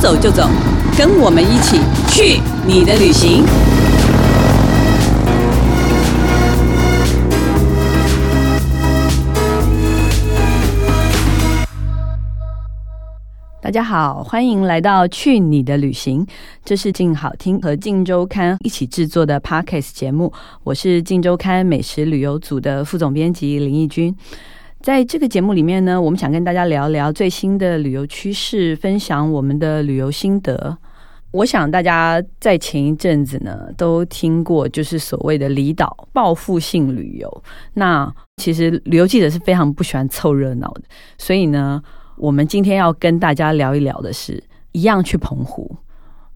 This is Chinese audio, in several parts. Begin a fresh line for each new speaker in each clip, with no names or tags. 走就走，跟我们一起去你的旅行。大家好，欢迎来到《去你的旅行》，这是静好听和静周刊一起制作的 Podcast 节目。我是静周刊美食旅游组的副总编辑林义君。在这个节目里面呢，我们想跟大家聊聊最新的旅游趋势，分享我们的旅游心得。我想大家在前一阵子呢都听过，就是所谓的离岛报复性旅游。那其实旅游记者是非常不喜欢凑热闹的，所以呢，我们今天要跟大家聊一聊的是，一样去澎湖，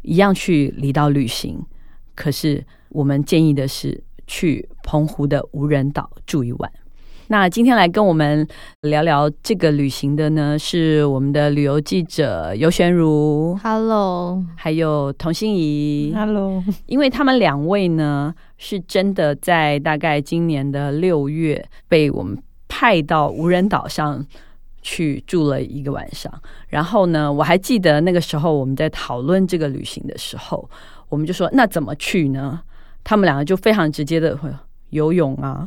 一样去离岛旅行，可是我们建议的是去澎湖的无人岛住一晚。那今天来跟我们聊聊这个旅行的呢，是我们的旅游记者尤玄如，
Hello，
还有童心
嗯
怡，
Hello，
因为他们两位呢是真的在大概今年的六月被我们派到无人岛上去住了一个晚上。然后呢，我还记得那个时候我们在讨论这个旅行的时候，我们就说那怎么去呢？他们两个就非常直接的游泳啊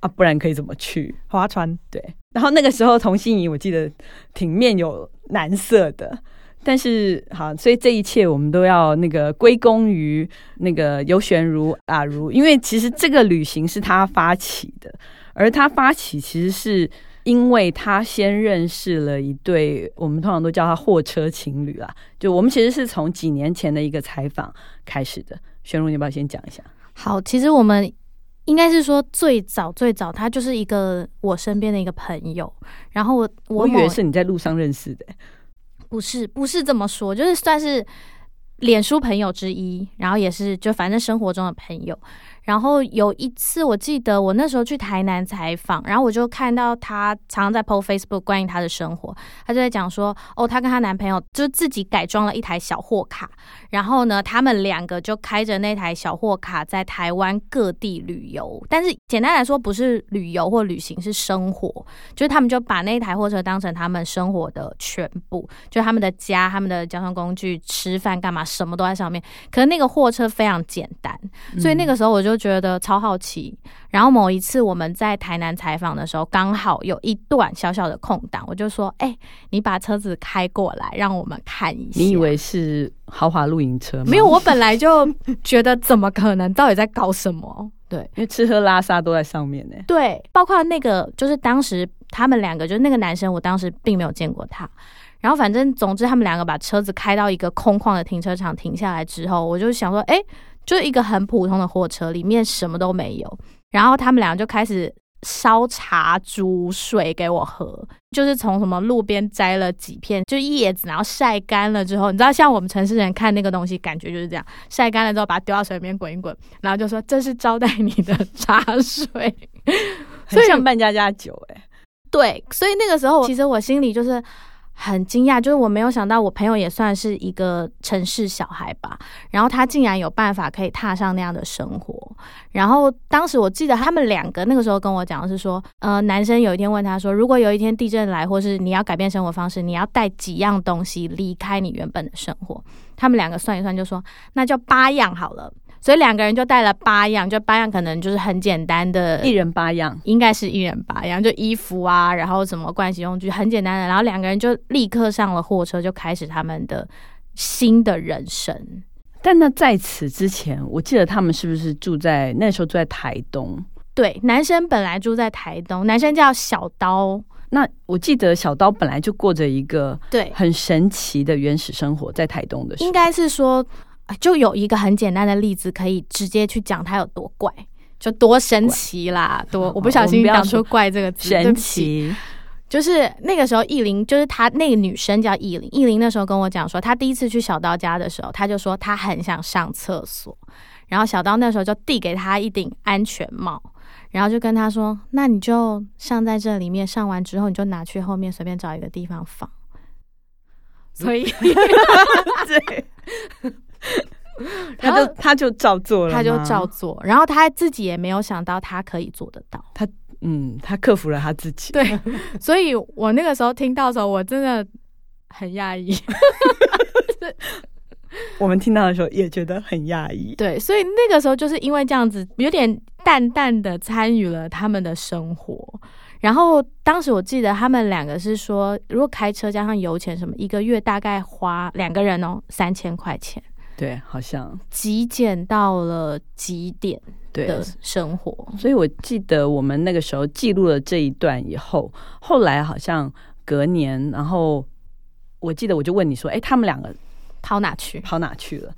啊，不然可以怎么去？
划船，
对，然后那个时候童心怡我记得挺面有难色的，但是好，所以这一切我们都要那个归功于那个尤玄如阿如，因为其实这个旅行是他发起的，而他发起其实是。因为他先认识了一对，我们通常都叫他货车情侣啦。就我们其实是从几年前的一个采访开始的。玄如，你要不要先讲一下？
好，其实我们应该是说最早最早，他就是一个我身边的一个朋友，然后我我
我以为
某
是你在路上认识的、
不是不是这么说，就是算是脸书朋友之一，然后也是就反正生活中的朋友。然后有一次我记得我那时候去台南采访，然后我就看到她常常在 PO Facebook 关于她的生活，她就在讲说，哦，她跟她男朋友就自己改装了一台小货卡，然后呢，他们两个就开着那台小货卡在台湾各地旅游，但是简单来说不是旅游或旅行，是生活，就是他们就把那台货车当成他们生活的全部，就他们的家、他们的交通工具、吃饭干嘛，什么都在上面。可是那个货车非常简单，所以那个时候我就觉得超好奇。然后某一次我们在台南采访的时候，刚好有一段小小的空档，我就说：“哎、你把车子开过来，让我们看一下。”
你以为是豪华露营车吗？
没有？我本来就觉得怎么可能？到底在搞什么？对，
因为吃喝拉撒都在上面呢、
对，包括那个就是当时他们两个，就是那个男生，我当时并没有见过他。然后反正总之他们两个把车子开到一个空旷的停车场停下来之后，我就想说，哎，就是一个很普通的货车，里面什么都没有。然后他们俩就开始烧茶煮水给我喝，就是从什么路边摘了几片就是叶子，然后晒干了之后，你知道像我们城市人看那个东西，感觉就是这样，晒干了之后把它丢到水里面滚一滚，然后就说这是招待你的茶水。
很
所以
像扮家家酒哎、
对，所以那个时候，其实我心里就是很惊讶，就是我没有想到我朋友也算是一个城市小孩吧，然后他竟然有办法可以踏上那样的生活。然后当时我记得他们两个那个时候跟我讲的是说，呃，男生有一天问他说，如果有一天地震来，或是你要改变生活方式，你要带几样东西离开你原本的生活？他们两个算一算就说，那就八样好了。所以两个人就带了八样，就八样可能就是很简单的
一人八样，
应该是一人吧，然后就衣服啊，然后什么盥洗用具，很简单的，然后两个人就立刻上了货车，就开始他们的新的人生。
但那在此之前，我记得他们是不是住在那时候住在台东？
对，男生本来住在台东，男生叫小刀，
那我记得小刀本来就过着一个
对，
很神奇的原始生活，在台东的时
应
候，
该是说啊就有一个很简单的例子可以直接去讲他有多怪，就多神奇啦，多我不小
我们
心
不要
讲
说
出“怪”这个字，对
神
不起。
奇
就是那个时候，意林就是她那个女生叫意林，意林那时候跟我讲说，她第一次去小刀家的时候，她就说她很想上厕所，然后小刀那时候就递给她一顶安全帽，然后就跟她说，那你就上在这里面，上完之后你就拿去后面随便找一个地方放。所以
对，他就他就照做了吗，
她就照做，然后她自己也没有想到她可以做得到。
嗯，他克服了他自己。
对，所以我那个时候听到的时候，我真的很讶异。
我们听到的时候也觉得很讶异。
对，所以那个时候就是因为这样子，有点淡淡的参与了他们的生活。然后当时我记得他们两个是说，如果开车加上油钱什么，一个月大概花两个人哦三千块钱，
对，好像
极简到了极点
对
的。生活。
所以我记得我们那个时候记录了这一段以后，后来好像隔年，然后我记得我就问你说：“哎、他们两个
跑哪去？
跑哪去了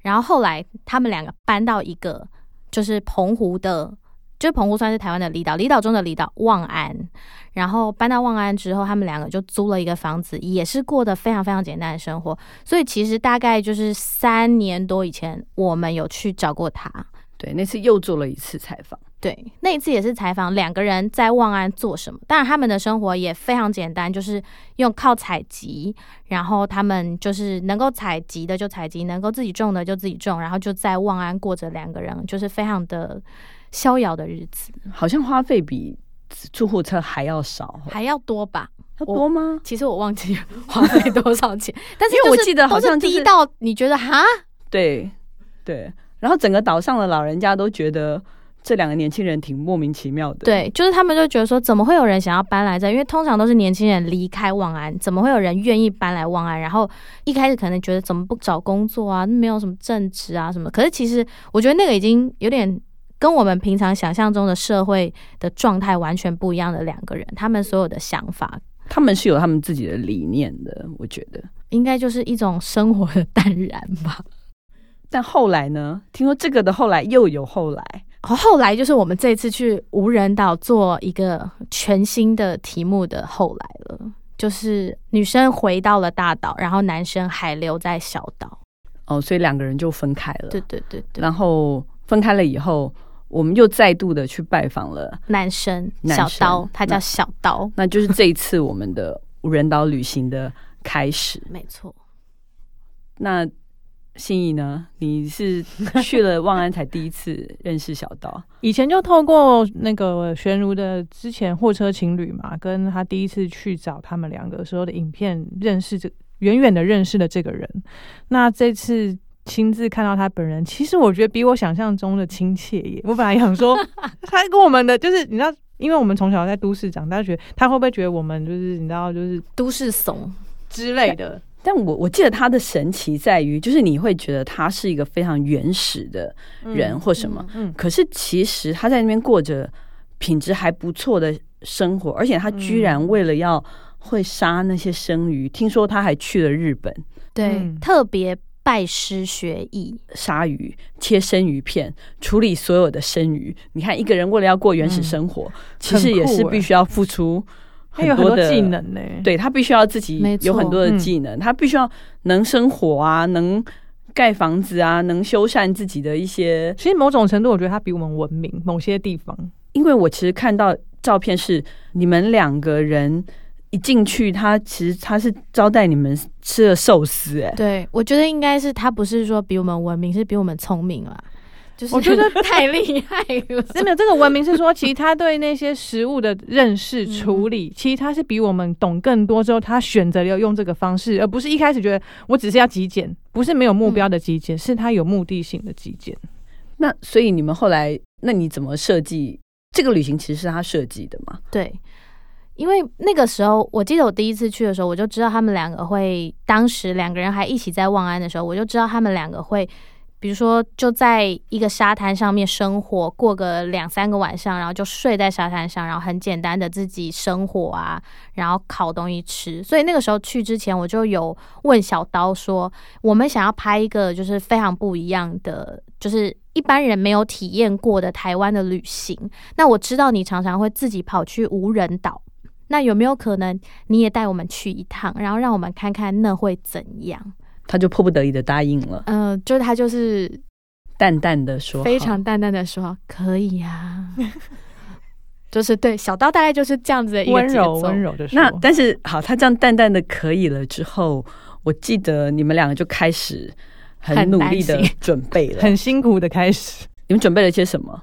然后后来他们两个搬到一个就是澎湖的，就是澎湖算是台湾的离岛，离岛中的离岛望安。然后搬到望安之后，他们两个就租了一个房子，也是过得非常非常简单的生活。所以其实大概就是三年多以前，我们有去找过他。？”
对，那次又做了一次采访。
对，那一次也是采访两个人在望安做什么。当然，他们的生活也非常简单，就是用靠采集，然后他们就是能够采集的就采集，能够自己种的就自己种，然后就在望安过着两个人就是非常的逍遥的日子，
好像花费比住户车还要少，
还要多吧？
要多吗？
其实我忘记花费多少钱， 但是
因为
就是
我记得好像
都
哦就是是
低到你觉得哈，
对对，然后整个岛上的老人家都觉得这两个年轻人挺莫名其妙的。
对，就是他们就觉得说，怎么会有人想要搬来这？因为通常都是年轻人离开望安，怎么会有人愿意搬来望安？然后一开始可能觉得怎么不找工作啊，没有什么正职啊什么。可是其实我觉得那个已经有点跟我们平常想象中的社会的状态完全不一样的两个人，他们所有的想法
他们是有他们自己的理念的，我觉得。
应该就是一种生活的淡然吧。
但后来呢？听说这个的后来又有后来，
后后来就是我们这一次去无人岛做一个全新的题目的后来了，就是女生回到了大岛，然后男生还留在小岛。
哦，所以两个人就分开了。
对对对对，
然后分开了以后，我们又再度的去拜访了，
男生
男
小
生
刀，他叫
那
小刀，
那就是这一次我们的无人岛旅行的开始。
没错。
那心仪呢？你是去了望安才第一次认识小刀，
以前就透过那个玄如的之前货车情侣嘛，跟他第一次去找他们两个的时候的影片认识这，远远的认识了这个人。那这次亲自看到他本人，其实我觉得比我想象中的亲切耶。我本来想说，他跟我们的就是你知道。因为我们从小在都市长大，觉得他会不会觉得我们就是你知道就是
都市怂，
之类的，
但我我记得他的神奇在于，就是你会觉得他是一个非常原始的人或什么，
嗯，
可是其实他在那边过着品质还不错的生活，而且他居然为了要会杀那些生鱼，听说他还去了日本
对，
嗯
特别拜师学艺，
杀鱼、切生鱼片、处理所有的生鱼。你看，一个人为了要过原
嗯
始生活，其实也是
很酷欸
必须要付出
他有很
多
多嗯
的
技。能呢、，
对他必须要自己
没错
有很多的技能，他必须要能生火啊，能盖房子啊，能修缮自己的一些
其实某种程度，我觉得他比我们文明某些地方。
因为我其实看到照片是你们两个人一进去，他其实他是招待你们吃了寿司、哎，
对我觉得应该是他不是说比我们文明，是比我们聪明啦。就是
我觉得
太厉害了，
真的，这个文明是说，其实他对那些食物的认识、处理，其实他是比我们懂更多之后，他选择了用这个方式，而不是一开始觉得我只是要极简，不是没有目标的极简，是他有目的性的极简。
那所以你们后来，那你怎么设计这个旅行？其实是他设计的嘛？
对，因为那个时候，我记得我第一次去的时候，我就知道他们两个会，当时两个人还一起在望安的时候，我就知道他们两个会，比如说就在一个沙滩上面生活，过个两三个晚上，然后就睡在沙滩上，然后很简单的自己生火啊，然后烤东西吃。所以那个时候去之前，我就有问小刀说，我们想要拍一个就是非常不一样的，就是一般人没有体验过的台湾的旅行。那我知道你常常会自己跑去无人岛，那有没有可能你也带我们去一趟，然后让我们看看那会怎样？
他就迫不得已的答应了，
嗯、就是他就是
淡淡的说，
非常淡淡的说：“可以呀、 就是对小刀大概就是这样子的一个
温柔
节奏
温柔的说，
那但是好，他这样淡淡的可以了之后，我记得你们两个就开始很
很
努
担
力的
心
准备了。
很辛苦的开始。
你们准备了些什么？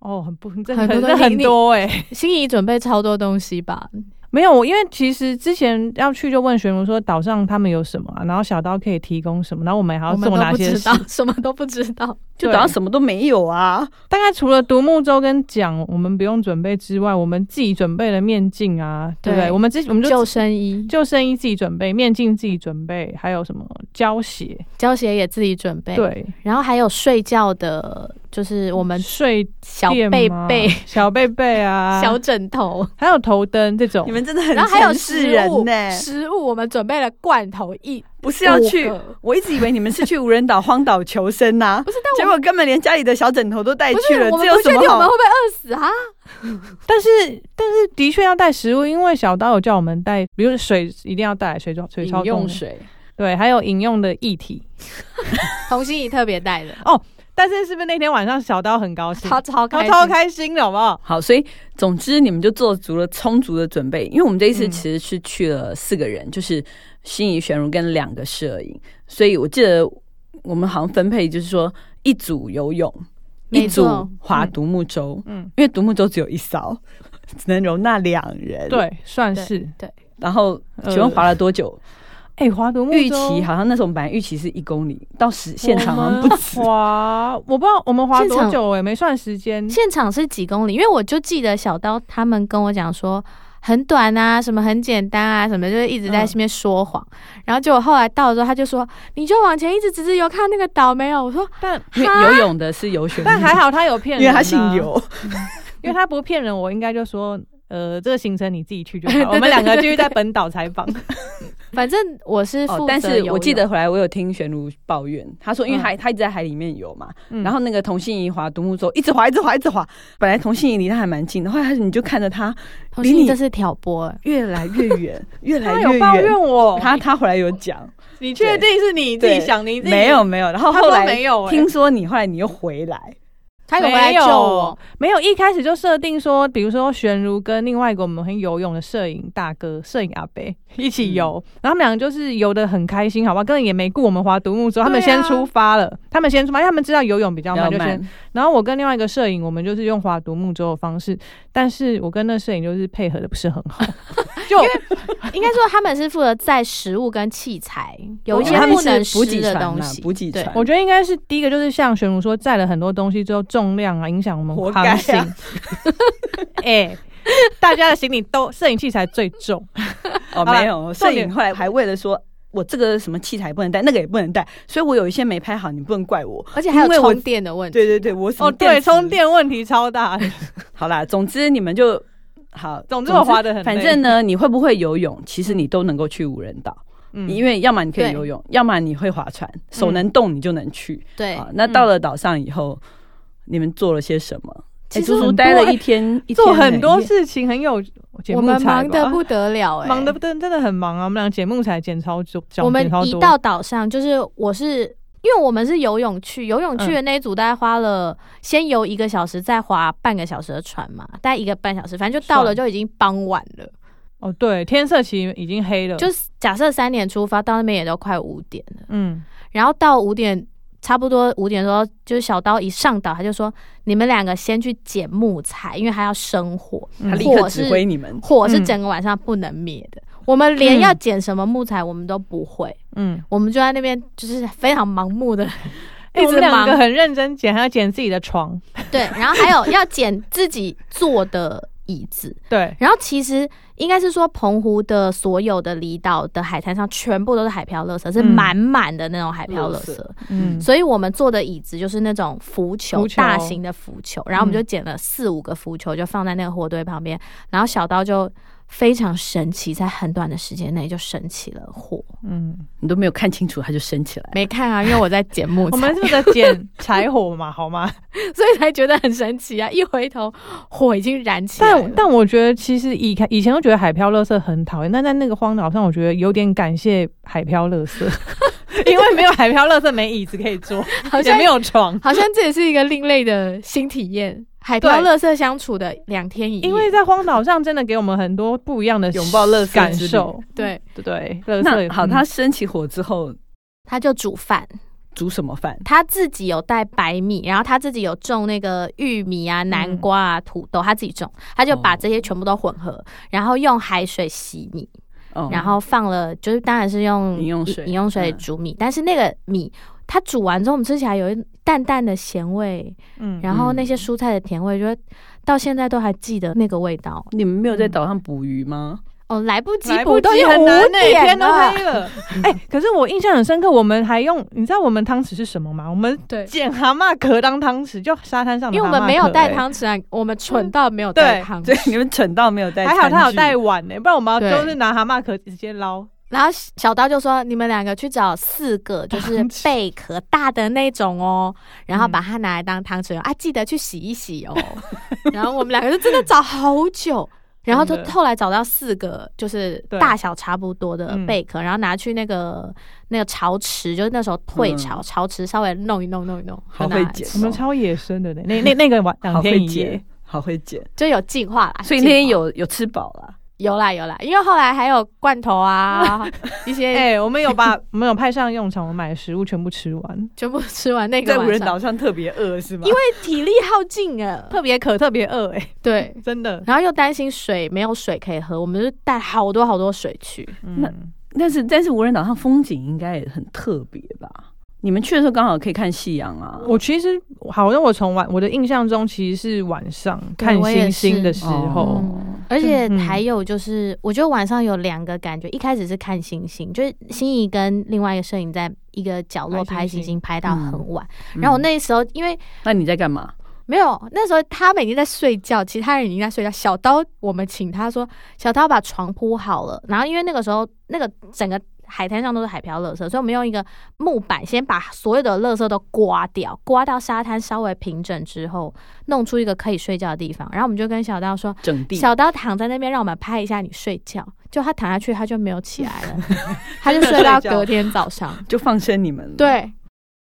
哦，很不，真
很
的
多
很
东西
很多哎、
心仪准备超多东西吧，
没有，我因为其实之前要去就问玄如说岛上他们有什么、啊，然后小刀可以提供什么，然后我们还要
我们
做
都
哪
不
些
知
事
道，， 什么都不知道。
就
对
岛上什么都没有啊。
大概除了独木舟跟桨我们不用准备之外，我们自己准备了面镜啊，对不对？
对
我们之我们就
救生衣、
救生衣自己准备，面镜自己准备，还有什么胶鞋？
胶鞋也自己准备，，
对，
然后还有睡觉的，就是我们
睡
小
垫
被
吗
被、
小被被啊，
小枕头，
还有头灯这种
你。们真的很
哦然后还有
城市
食
人
物
呢、，
食物我们准备了罐头一，
不是要
五
去
个？
我一直以为你们是去无人岛荒岛求生 呐、
不是，但
结
我
果根本连家里的小枕头都带
不
去
是
了，
我
这
们
有
不
什
确定
么
我
好
们会？不会饿死啊？
但是但是的确要带食物，因为小刀有叫我们带，比如水一定要带水超水超
饮
重
用
的，
水，
对，还有饮用的液体。
童心怡特别带的，
但是是不是那天晚上小刀很高兴？
超超
他
开心
超开心的，好不好？
好，所以总之你们就做足了充足的准备，因为我们这一次
嗯
其实是去了四个人，就是心仪、玄如跟两个摄影，所以我记得我们好像分配就是说一组游泳，一
没
组
错
划
嗯
独木舟，
嗯，
因为独木舟只有一艘， 只能容纳两人。，
对，算是。
然后请
呃
问划了多久？
哎、划独木舟，
预期好像那时候我们本来预期是一公里，到实现场好像不止
我们。划，我不知道我们划
现
多
场
久哎、没算时间。
现场是几公里？因为我就记得小刀他们跟我讲说很短啊，什么很简单啊，什么就是一直在那边说谎。嗯然后结果后来到的时候，他就说你就往前一直直直游，看到那个岛没有？我说
但
因为游泳的是游选，
但还，好他有骗
因
人、
为他姓，游，
因为他不骗人，我应该就说。呃，这个行程你自己去就
对
好，
对
我们两个
对
继续在本岛采访。
反正我是负责、
哦但是我记得，回来我有听玄如抱怨，他说因为他、他一直在海里面游嘛，
嗯
然后那个童心怡划独木舟，一直划一直划一直划，本来童心怡离他还蛮近的，后来你就看着他
童
比
心
你
这是挑拨、
越来越远，越来
他
越
有抱
远。
怨我，
他他回来有讲，
你确定是你自己想你自己
没有？没有，然后
他
后
说
来
没有欸
听说你后来你又回来，
他有回来
没
救
有
我，
没有，一开始就设定说，比如说玄如跟另外一个我们很游泳的摄影大哥、摄影阿伯
嗯
一起游，然后他们两个就是游的很开心，好吧，根本也没顾我们划独木舟，他们
对
先
啊
出发了，他们先出发，因为他们知道游泳比较慢，就先。
慢，
然后我跟另外一个摄影，我们就是用划独木舟的方式，但是我跟那摄影就是配合的不是很 好，就
应该说他们是负责载食物跟器材，有一些
哦他们
不
是
能
补给
吃的
船
东
啦
西。
补给
对
船，
我觉得应该是第一个就是像玄如说载了很多东西之后重量啊影响我们
活该啊
航行， 哎、大家的行李都摄影器材最重。
哦，
好啦
没有，
重
摄
点
影后来还为了说。我这个什么器材不能带，那个也不能带，所以我有一些没拍好，你不能怪我。
而且还有
因为我
充电的问题，
对对对，我什么
哦，对，
电池
充。电问题超大的。
好啦，总之你们就好。
总之我划得很累
反正呢，你会不会游泳，其实你都能够去无人岛，
嗯
因为要么你可以
对
游泳，要么你会划船，手能动你就能去。
嗯
对
啊，那到了岛上以后，你们做了些什么？
其
哎
实
足足
很
待
多
了一 天，一
做
天呢
很多
一
事情很有节
我
目
们
采
忙得
吧，
不得 了、哎，
忙得真真的很忙啊！我们俩节目才剪超久，
哦我们
剪超
一
多
到岛上，就是我是因为我们是游泳去，游泳去的那一组大概花了、先游一个小时，再划半个小时的船嘛，大概一个半小时，反正就到了
算
啊
就已经傍晚了。
哦，对，天色其实已经黑了，
就是假设三点出发，到那边也都快五点了，
嗯，
然后到五点。差不多五点多，就是小刀一上岛，他就说：“你们两个先去捡木材，因为他要生火，
他
嗯
立刻
火是
指挥你们。
火是
嗯
整个晚上不能灭的。我们连
嗯
要捡什么木材我们都不会，
嗯，
我们就在那边就是非常盲目的
哎、
一
我
直
们两个
忙
很认真剪，还要剪自己的床，
对，然后还有要捡自己坐的椅子。
对，
然后其实应该是说，澎湖的所有的离岛的海滩上，全部都是海漂垃圾，是
嗯
满满的那种海漂垃
垃
圾。
嗯，
所以我们坐的椅子就是那种浮球，
浮球
大型的浮球。然后我们
嗯
就捡了四五个浮球，就放在那个火堆旁边。然后小刀就非常神奇，在很短的时间内就升起了火。
嗯，
你都没有看清楚，他就升起来。
没看啊，因为我在捡 木材，
我们是不是在剪柴火嘛，好吗？
所以才觉得很神奇啊！一回头，火已经燃起来了
但。但我觉得其实以前以前都觉得海漂垃圾很讨厌，但在那个荒岛上，我觉得有点感谢海漂垃圾， 因为没有海漂垃圾，没椅子可以坐，
好
也
像
没有床。
好像这也是一个另类的新体验。海漂
对
乐色相处的两天一夜，
因为在荒岛上真的给我们很多不一样的
拥抱垃圾之旅
感受，
对，
对对，垃圾
那好，
嗯
他升起火之后，
他就煮饭，
煮什么饭？
他自己有带白米，然后他自己有种那个玉米啊、南瓜啊、土豆，他自己种，他就把这些全部都混合，然后用海水洗米，
哦
然后放了，就是当然是用
饮用水
饮用水
嗯
煮米，但是那个米它煮完之后，我们吃起来有一淡淡的咸味，
嗯，
然后那些蔬菜的甜味，就到现在都还记得那个味道。
你们没有在
嗯
岛上捕鱼吗？
哦，来不及欸
来
补，
不
都已
及
经
很
五
难呢、
点
天都
了。
黑了。 哎、可是我印象很深刻，我们还用，你知道我们汤匙是什么吗？我们
对
捡蛤蟆壳当汤匙，就沙滩上的
因为我
蛤
们
蟆
没有
壳
带
欸。
汤匙啊，我们蠢到没有带
对
汤匙
对。，你们蠢到没有带餐
哎还
具，
好他有带碗呢、不然我们要
对
就是拿蛤蟆壳直接捞。
然后小刀就说：“你们两个去找四个， 就是贝壳大的那种哦，然后
嗯
把它拿来当汤匙用啊，记得去洗一洗 哦。”然后我们两个就真的找好久，然后就
真的
后来找到四个，就是
对
大小差不多的
嗯
贝壳，然后拿去那个那个潮池，就是那时候退潮，
嗯
潮池稍微弄一弄，弄一弄，
好
就拿来
会剪
吃
我们超野生的呢、那那那个晚
好
两天
会
一夜
解，，好会解。
就有啊进化啦。
所以那天
进化
有有吃饱啦，
有啦有啦，因为后来还有罐头 啊，一些
哎、我们有把我们有派上用场，我们买的食物全部吃完，
全部吃完那个
在无
晚
人
上，
岛上特别饿是吗？
因为体力耗尽啊，
特别渴，特别饿，哎，
对。
真的。
然后又担心水没有水可以喝，我们就带好多好多水去。
那
嗯，
但是但是无人岛上风景应该也很特别吧？你们去的时候刚好可以看夕阳啊。
我其实好，那我从晚我的印象中其实是晚上看
我也
星
是
星的时候，
嗯而且
嗯
还有就是，我觉得晚上有两个感觉，一开始是看星星，就是心仪跟另外一个摄影在一个角落
拍
拍
星
星
星
星，拍到很晚。
嗯
然后我那时候因为
那你在干嘛？
没有，那时候他们已经在睡觉，其他人已经在睡觉。小刀，我们请他说，小刀把床铺好了。然后因为那个时候那个整个海滩上都是海漂垃圾，所以我们用一个木板先把所有的垃圾都刮掉，刮到沙滩稍微平整之后，弄出一个可以睡觉的地方。然后我们就跟小刀说，
整地
小刀躺在那边，让我们拍一下你睡觉。就他躺下去，他就没有起来了，他就睡到隔天早上。
就放生你们了。，
对。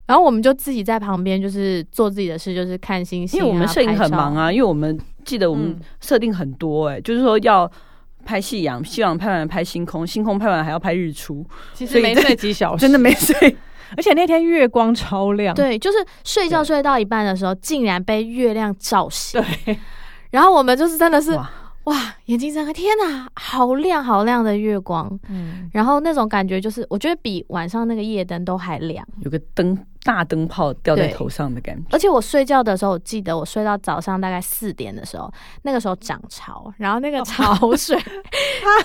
然后我们就自己在旁边，就是做自己的事，就是看星星、
因
啊。
为我们摄影很忙
拍照嗯
啊，因为我们记得我们
嗯
设定很多哎、就是说要拍夕阳，夕阳拍完拍星空，星空拍完还要拍日出，
其
所
实
以
没
这
睡几
哦
小时，
真的没 睡。
而且那天月光超亮，，
对，就是睡觉
对
睡到一半的时候，竟然被月亮照醒。
对，
然后我们就是真的是
哇，
哇，眼睛睁开，天哪，好亮好亮的月光。
嗯，
然后那种感觉就是，我觉得比晚上那个夜灯都还亮。
有个灯大灯泡掉在
对
头上的感觉。
而且我睡觉的时候，我记得我睡到早上大概四点的时候，那个时候涨潮，然后那
哦
个潮 水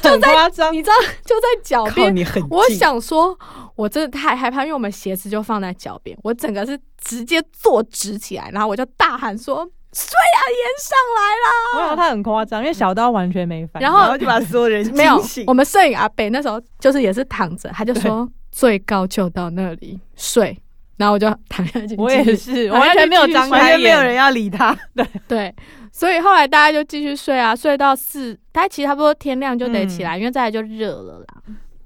他 很夸张
你，知道就在脚
靠
边。
你很近，
我想说，我真的太害怕，因为我们鞋子就放在脚边，我整个是直接坐直起来，然后我就大喊说：“虽然岩上来了。”
我想他很夸张，因为小刀完全没反应，
然后
然后就把所有人
没有
惊，醒
我。们摄影阿北那时候就是也是躺着，他就说最高就到那里睡，然后我就躺下去。
我也是，
好像
完全没有
就继续
张
睡
完
开
全
眼，
没有人要理他，
对，所以后来大家就继续睡啊，睡到四，大家其实差不多天亮就得起
嗯
来，因为再来就热了啦。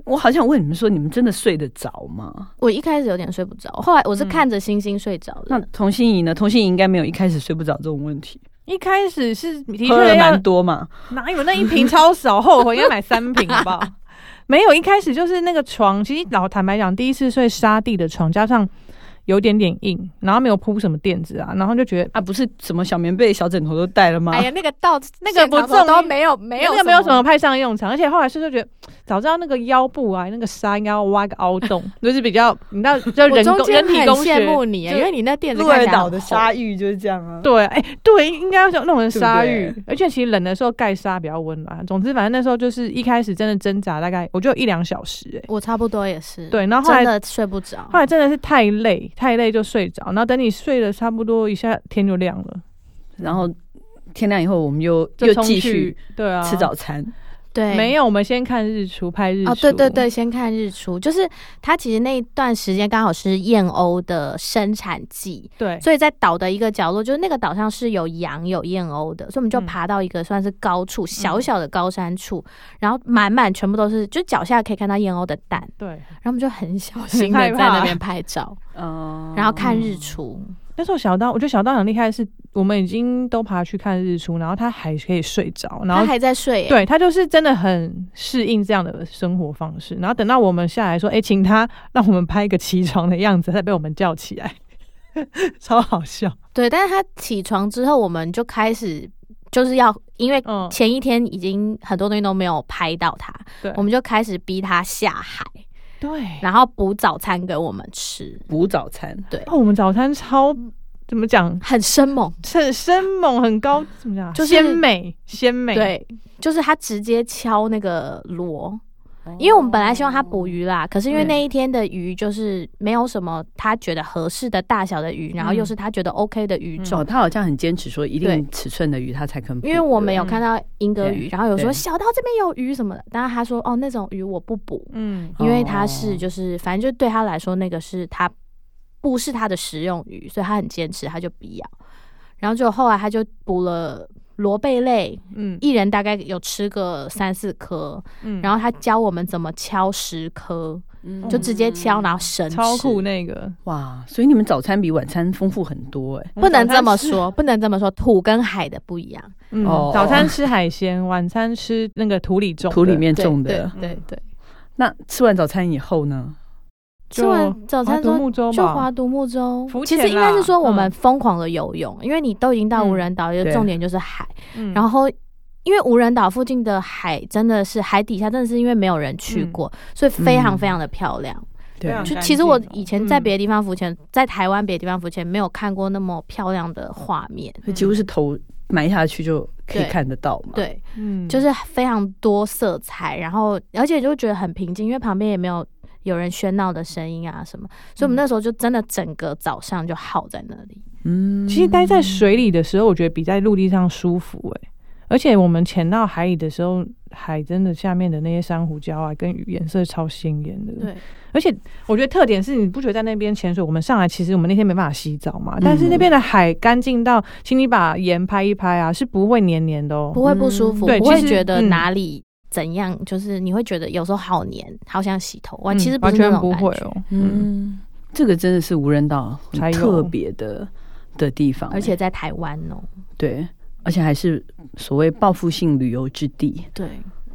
我好想问你们说，你们真的睡得着吗？
我一开始有点睡不着，后来我是
嗯
看着星星睡着的。
那童心怡呢？童心怡应该没有一开始睡不着这种问题，
一开始是的
喝了
确要
蛮多嘛。
哪有那一瓶超少，后悔应该买三瓶好 不好？没有，一开始就是那个床，其实老坦白讲，第一次睡沙地的床，加上有点点硬，然后没有铺什么垫子啊，然后就觉得
啊，不是什么小棉被、小枕头都带了吗？
哎呀，那个到
那个不
现场
重
都
要
没有没有
那个没有什么派上用场，而且后来睡就觉得，早知道那个腰部啊，那个纱应该要挖个凹洞， 就是比较你知道，就
我
人
中
工
间
人体
很
工学
羡。慕你，
就
因为你那垫子
鹿
看
儿
起来
岛
很
的
厚
鲨鱼就是这样啊。
对，哎、对，应该要像那种鲨
对
鱼，
不
而且其实冷的时候盖纱比较温暖。啊总之，反正那时候就是一开始真的挣扎，大概我就有一两小时、哎，
我差不多也是，，
对，然后后来
真的睡不着。
后来真的是太累，太累就睡着，然后等你睡了差不多一下天就亮了，
然后天亮以后，我们又
就
又
冲
继
去
续
对
呃
啊
吃早餐。
对，
没有，我们先看日出，拍日出。
哦，对对对，先看日出，就是它其实那一段时间刚好是燕鸥的生产季，
对，
所以在岛的一个角落，就是那个岛上是有羊有燕鸥的，所以我们就
嗯
爬到一个算是高处、小小的高山处，然后满满全部都是，就脚下可以看到燕鸥的蛋，
对，
然后我们就很小心
很害
的在
怕哦
那边拍照，
嗯
呃然后看日出。
那那时候小刀，我觉得小刀很厉害的是，我们已经都爬去看日出，然后他还可以睡着，然
他
后
还在睡、欸，
对他就是真的很适应这样的生活方式。然后等到我们下来说，哎、请他让我们拍一个起床的样子，他被我们叫起来， 超好笑。
对，但是他起床之后，我们就开始就是要，因为
嗯，
前一天已经很多东西都没有拍到他，
对
我们就开始逼他下海，
对。
然后补早餐给我们吃，
补早餐，
哦，我们早餐超怎么讲？
很生猛。
很生猛，很高，怎么讲？
就是
鲜美，鲜美。，
对，就是他直接敲那个锣，因为我们本来希望他捕鱼啦，可是因为
对
那一天的鱼就是没有什么他觉得合适的大小的鱼，然后又是他觉得 OK 的鱼种
哦，，他好像很坚持说一
对
定尺寸的鱼他才肯捕，
因为我们
对
有看到莺歌鱼，
对
然后有说
对
小到这边有鱼什么的，但是他说哦那种鱼我不捕，
嗯，
因为他是
哦
就是反正就对他来说那个是他不是他的食用鱼，所以他很坚持，他就不要。然后就后来他就捕了螺贝类，
嗯
一人大概有吃个三四颗，
嗯
然后他教我们怎么敲十颗，
嗯
就直接敲，然后绳吃
超酷那个，
哇，所以你们早餐比晚餐丰富很多哎，
不能这么
我们早餐吃。
说，不能这么说，土跟海的不一样。
嗯
哦，
早餐吃海鲜，晚餐吃那个土里种的，
土里面
对
种
对
的。
对
嗯
对。
那吃完早餐以后呢？
吃完早
划
餐之
独
后
木舟
就
吧
划独木舟
浮。
其
潜
实应该
啦
是说我们
嗯
疯狂的游泳，因为你都已经到无
嗯
人岛，就
对
重点就是海。
嗯
然后因为无人岛附近的海真的是海底下，真的是因为没有人去过，所以非常
嗯
非常的漂亮。
对
非，常
就
干
其实我
净哦
以前在
嗯
别的地方浮潜，在台湾别的地方浮潜没有看过那么漂亮的画面。
嗯
就几乎是头埋下去就可以
对
看得到嘛。，
对，
嗯
就是非常多色彩，然后而且就觉得很平静，因为旁边也没有有人喧闹的声音啊什么，所以我
嗯
们那时候就真的整个早上就耗在那里。
嗯
其实待在水里的时候，我觉得比在陆地上舒服哎、而且我们潜到海里的时候，海真的下面的那些珊瑚礁啊，跟鱼颜色超鲜艳
嗯
的。，而且我觉得特点是，你不觉得在那边潜水，我们上来其实我们那天没办法洗澡嘛，
嗯
但是那边的海干净到，请你把盐拍一拍啊，是不会黏黏的哦。
不会不舒服，
嗯对
不会
其实
觉得
嗯
哪里怎样，就是你会觉得有时候好黏，好想洗头，哇，
嗯
其实不
完
是那
全
种
不
感
会
觉，
哦。嗯，
嗯，这个真的是无人岛
才
很
有
特别的的地方，
而且在台湾哦，
对，而且还是所谓报复性旅游之地
对，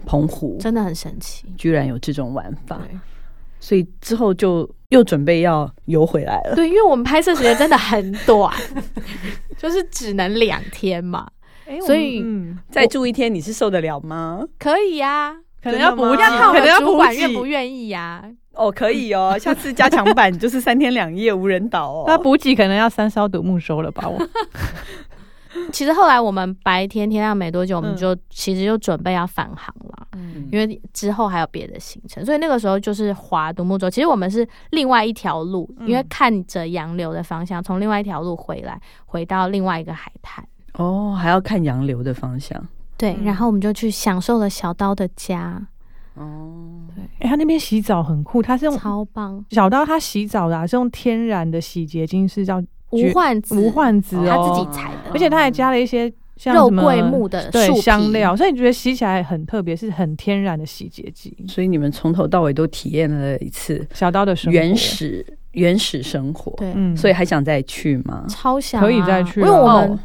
澎湖，
真的很神奇，
居然有这种玩法，
对，
所以之后就又准备要游回来了。
对，因为我们拍摄时间真的很短， 就是只能两天嘛，
哎
诶
所以
我们嗯
再住一天，你是受得了吗？
可以呀、
可能要补
真
给，
的吗
要看我
啊 可能
们
要
主
补
管
给
愿不愿意呀、
哦，可以 哦，下次加强版就是三天两夜无人岛
那
哦。
补给可能要三烧独木舟 了吧？我
其实后来我们白天天亮没多久，我们
嗯
就、其实就准备要返航了，因为之后还有别的行程，所以那个时候就是划独木舟。其实我们是另外一条路，
嗯
因为看着洋流的方向，从另外一条路回来，回到另外一个海滩。
哦，还要看洋流的方向。
对，
嗯
然后我们就去享受了小刀的家，
哦，
哎、他那边洗澡很酷，他是用
超棒，
小到他洗澡的、啊、是用天然的洗洁精，是叫
无患子，
无患子哦，
他自己采的
而且他还加了一些像
肉
什么
桂木的
对
树皮
香料，所以你觉得洗起来很特别，是很天然的洗洁剂。
所以你们从头到尾都体验了一次
小刀的生活
原，始原始生活，
对，
嗯，
所以还想再去吗？
超想、啊、
可以再去
因为我
啊
们、
哦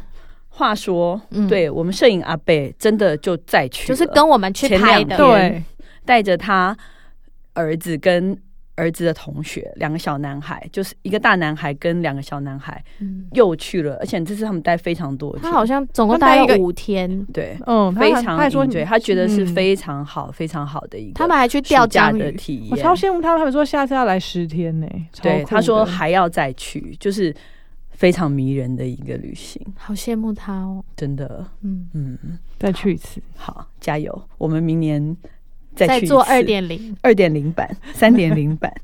话说，
嗯，
对我们摄影阿贝真的就再去了，
就是跟我们去
前
拍
两
的，
天
对，
带着他儿子跟儿子的同学，两个小男孩，就是一个大男孩跟两个小男孩
嗯
又去了，而且这次他们待非常多天，
他好像总共
他带
待
一个
了五天，
对
嗯，他
非
还他还
常
说
应对，他觉得是
嗯
非常好、非常好的一个
他们还去钓
暑假
章
的
鱼，
体
我超
验。
羡慕他们，他们说下次要来十天呢、超
对，
酷
他说
的
还要再去，就是非常迷人的一个旅行，
好羡慕他哦。
真的，
嗯，
嗯，
再去一次，
好，加油，我们明年
在
再去
做二点零，
二点零版、 三点零版。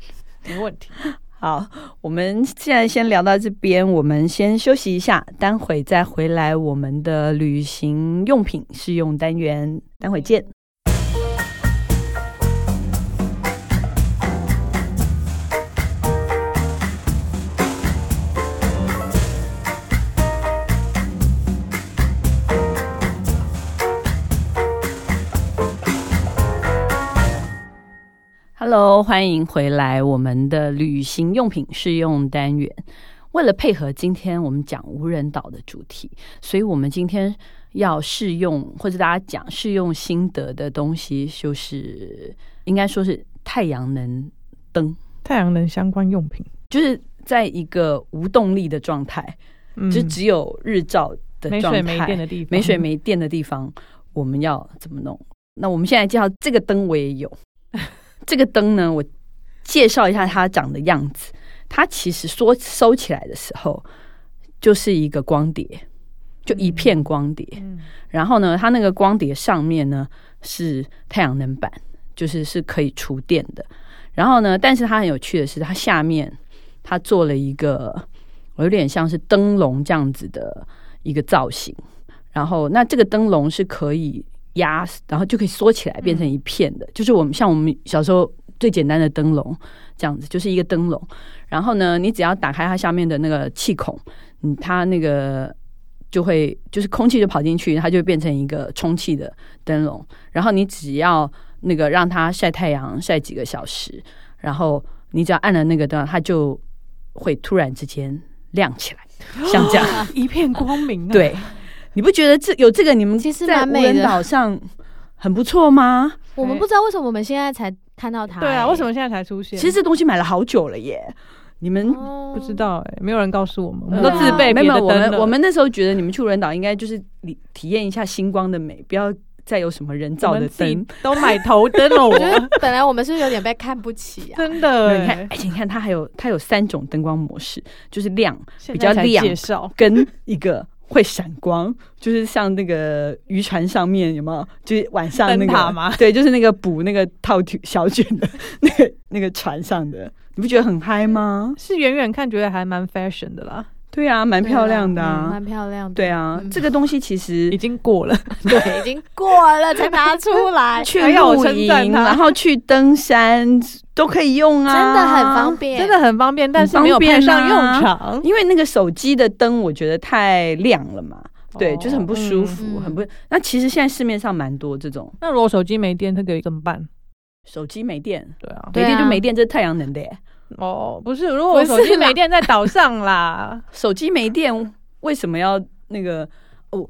没问题。
好，我们现在先聊到这边，我们先休息一下，待会再回来我们的旅行用品试用单元，待会见。Hello，欢迎回来我们的旅行用品试用单元。为了配合今天我们讲无人岛的主题，所以我们今天要试用或者大家讲试用心得的东西，就是应该说是太阳能灯，
太阳能相关用品，
就是在一个无动力的状态，
嗯
就只有日照的
没
状态，
水没电的地方，
没水没电的地方，我们要怎么弄？那我们现在介绍这个灯，我也有。 这个灯呢，我介绍一下它长的样子。它其实说收起来的时候，就是一个光碟，就一片光碟。
嗯，
然后呢，它那个光碟上面呢是太阳能板，就是是可以厨电的。然后呢，但是它很有趣的是，它下面它做了一个有点像是灯笼这样子的一个造型。然后，那这个灯笼是可以压，然后就可以缩起来变成一片的，就是我们像我们小时候最简单的灯笼这样子，就是一个灯笼。然后呢，你只要打开它下面的那个气孔，嗯，它那个就会就是空气就跑进去，它就变成一个充气的灯笼。然后你只要那个让它晒太阳晒几个小时，然后你只要按了那个灯，它就会突然之间亮起来，像这样。
哦啊
一片光明、啊，，
对， 你不觉得这有这个你们
其实
在
蛮
无
美
人
的
岛上很不错吗？
我们不知道为什么我们现在才看到欸它、
对啊，为什
么
么现在才出现？
其实这东西买了好久了耶，你们。
哦
不知。道哎、没有人告诉我们，我们
呃
都自备
没
别
有，没
的
有我
灯
们
了
我们那时候觉得你们去无人岛应该就是体体验一下星光的美，不要再有什么人
我
造的
们自己
灯。
都买头灯 了，
我觉得
我
本来我们是不是有点被看不起啊，
真的、
对你看
哎，
而且你看它还有它有三种灯光模式，就是亮
现
比较
在才
亮
介绍，
跟一个会闪光，就是像那个渔船上面有没有？就是晚上那
灯塔
个
吗
对，就是那个捕那个套卷小卷的那个那个船上的，你不觉得很嗨吗？
是远远看觉得还蛮 fashion 的啦，
对啊，蛮漂亮的
嗯
啊。
蛮漂亮的。
对啊，
嗯
这个东西其实，
已经过了，
对，已经过了才拿出来
去
还要我
露
称赞
营，
它
然后去登山都可以用
真
啊，
的很方。便，
真的很方便，但是没有
很方便
派上用
啊
场。
因为那个手机的灯，我觉得太亮了嘛，对，就是很不舒服，
嗯
很不。那其实现在市面上蛮多这种
那如果手机没电，这个怎么办？
手机没电，
对啊，
没
对啊
电就没电，这是太阳能的耶。
哦，不是，如果我
不是
手机
啦
没电在岛上啦，
手机没电，为什么要那个？哦，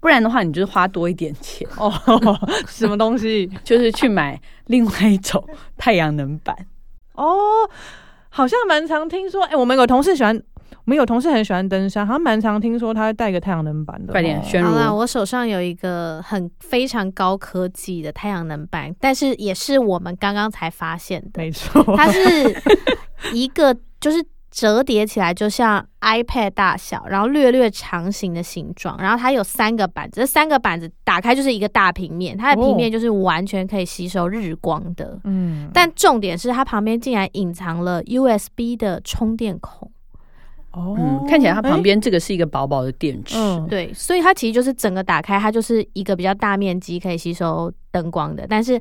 不然的话，你就是花多一点钱，
哦，什么东西？
就是去买另外一种太阳能板。 嗯
哦，好像蛮常听说，哎、我们有个同事喜欢，我们有同事很喜欢登山，好像蛮常听说他会带个太阳能板的。
快点，
哦
宣
好啦，
如，
我手上有一个很非常高科技的太阳能板，但是也是我们刚刚才发现的，
没错，
它是一个就是折叠起来就像 iPad 大小，然后略略长形的形状，然后它有三个板子，这三个板子打开就是一个大平面，它的平面就是完全可以吸收日光的。
嗯，
但重点是，它旁边竟然隐藏了 USB 的充电孔，
哦、
嗯，看起来它旁
哎、
边这个是一个薄薄的电池，
嗯，
对，所以它其实就是整个打开，它就是一个比较大面积可以吸收灯光的，但是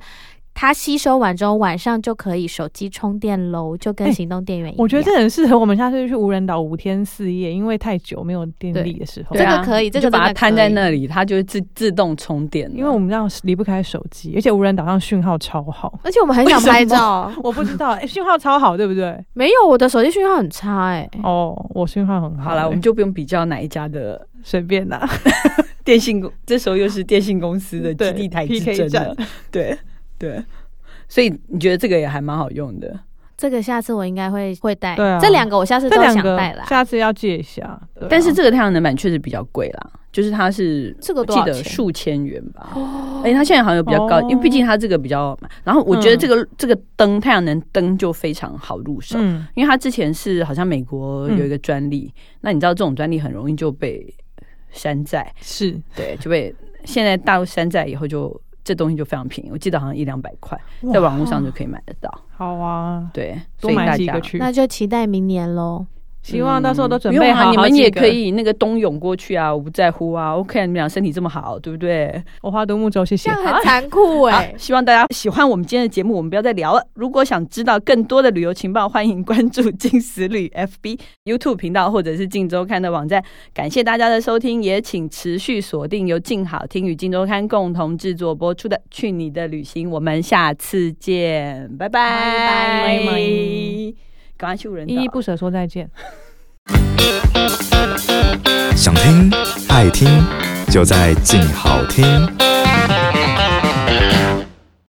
它吸收完之后，晚上就可以手机充电喽，就跟
哎
行动电源一样。
我觉得这很适合我们下次去无人岛五天四夜，因为太久没有电力的时候，
对啊
这个可以
你
这个
就把它
真的
摊
可
在
以
那里，它就会自自动充电了。
因为我们这样离不开手机，而且无人岛上讯号超 好。
而且我们很想
为什么
拍照，哦
我不知 道，哎、讯号超好，对不对？
没有我的手机讯号很差哎、
哦，哎我讯号很好、
好了，
哎
嗯
我们就不用比较哪一家的
随便啦。
电信公，这时候又是电信公司的基地台之争
对，PK
了
战。
对对，所以你觉得这个也还蛮好用的。
这个下次我应该会会带，
对啊
这两个我下次
这
都
两
想
个
带啦。
下次要借一下。对啊
但是这个太阳能板确实比较贵啦，就是它是
这个
我
多
记
少
得
钱哦
数千元吧。而且它现在好像有比较高，
哦
因为毕竟它这个比较。然后我觉得
嗯
这个、这个灯太阳能灯就非常好入手，
嗯，
因为它之前是好像美国有一个专
嗯
利，那你知道这种专利很容易就被山寨，
是
对，就被现在大陆山寨以后就这东西就非常便宜，我记得好像一两百块，在网络上就
哇
可以买得到。
好啊，
对，
多
所以
买
大
几
家
个去。
那就期待明年喽。
希望到时候都准
不
备
用啊
好。
你们也可，以那个冬泳过去啊，我不在乎啊。OK，你们俩身体这么好，对不对？
我花独木舟，谢谢。
很残酷哎、
好希望大家喜欢我们今天的节目，我们不要再聊了。如果想知道更多的旅游情报，欢迎关注金石旅 FB、YouTube 频道或者是静周刊的网站。感谢大家的收听，也请持续锁定由静好听与静周刊共同制作播出的《去你的旅行》，我们下次见，拜拜，
拜
拜
赶快去无人岛
依依不舍说再见。
想听爱听，就在静好听。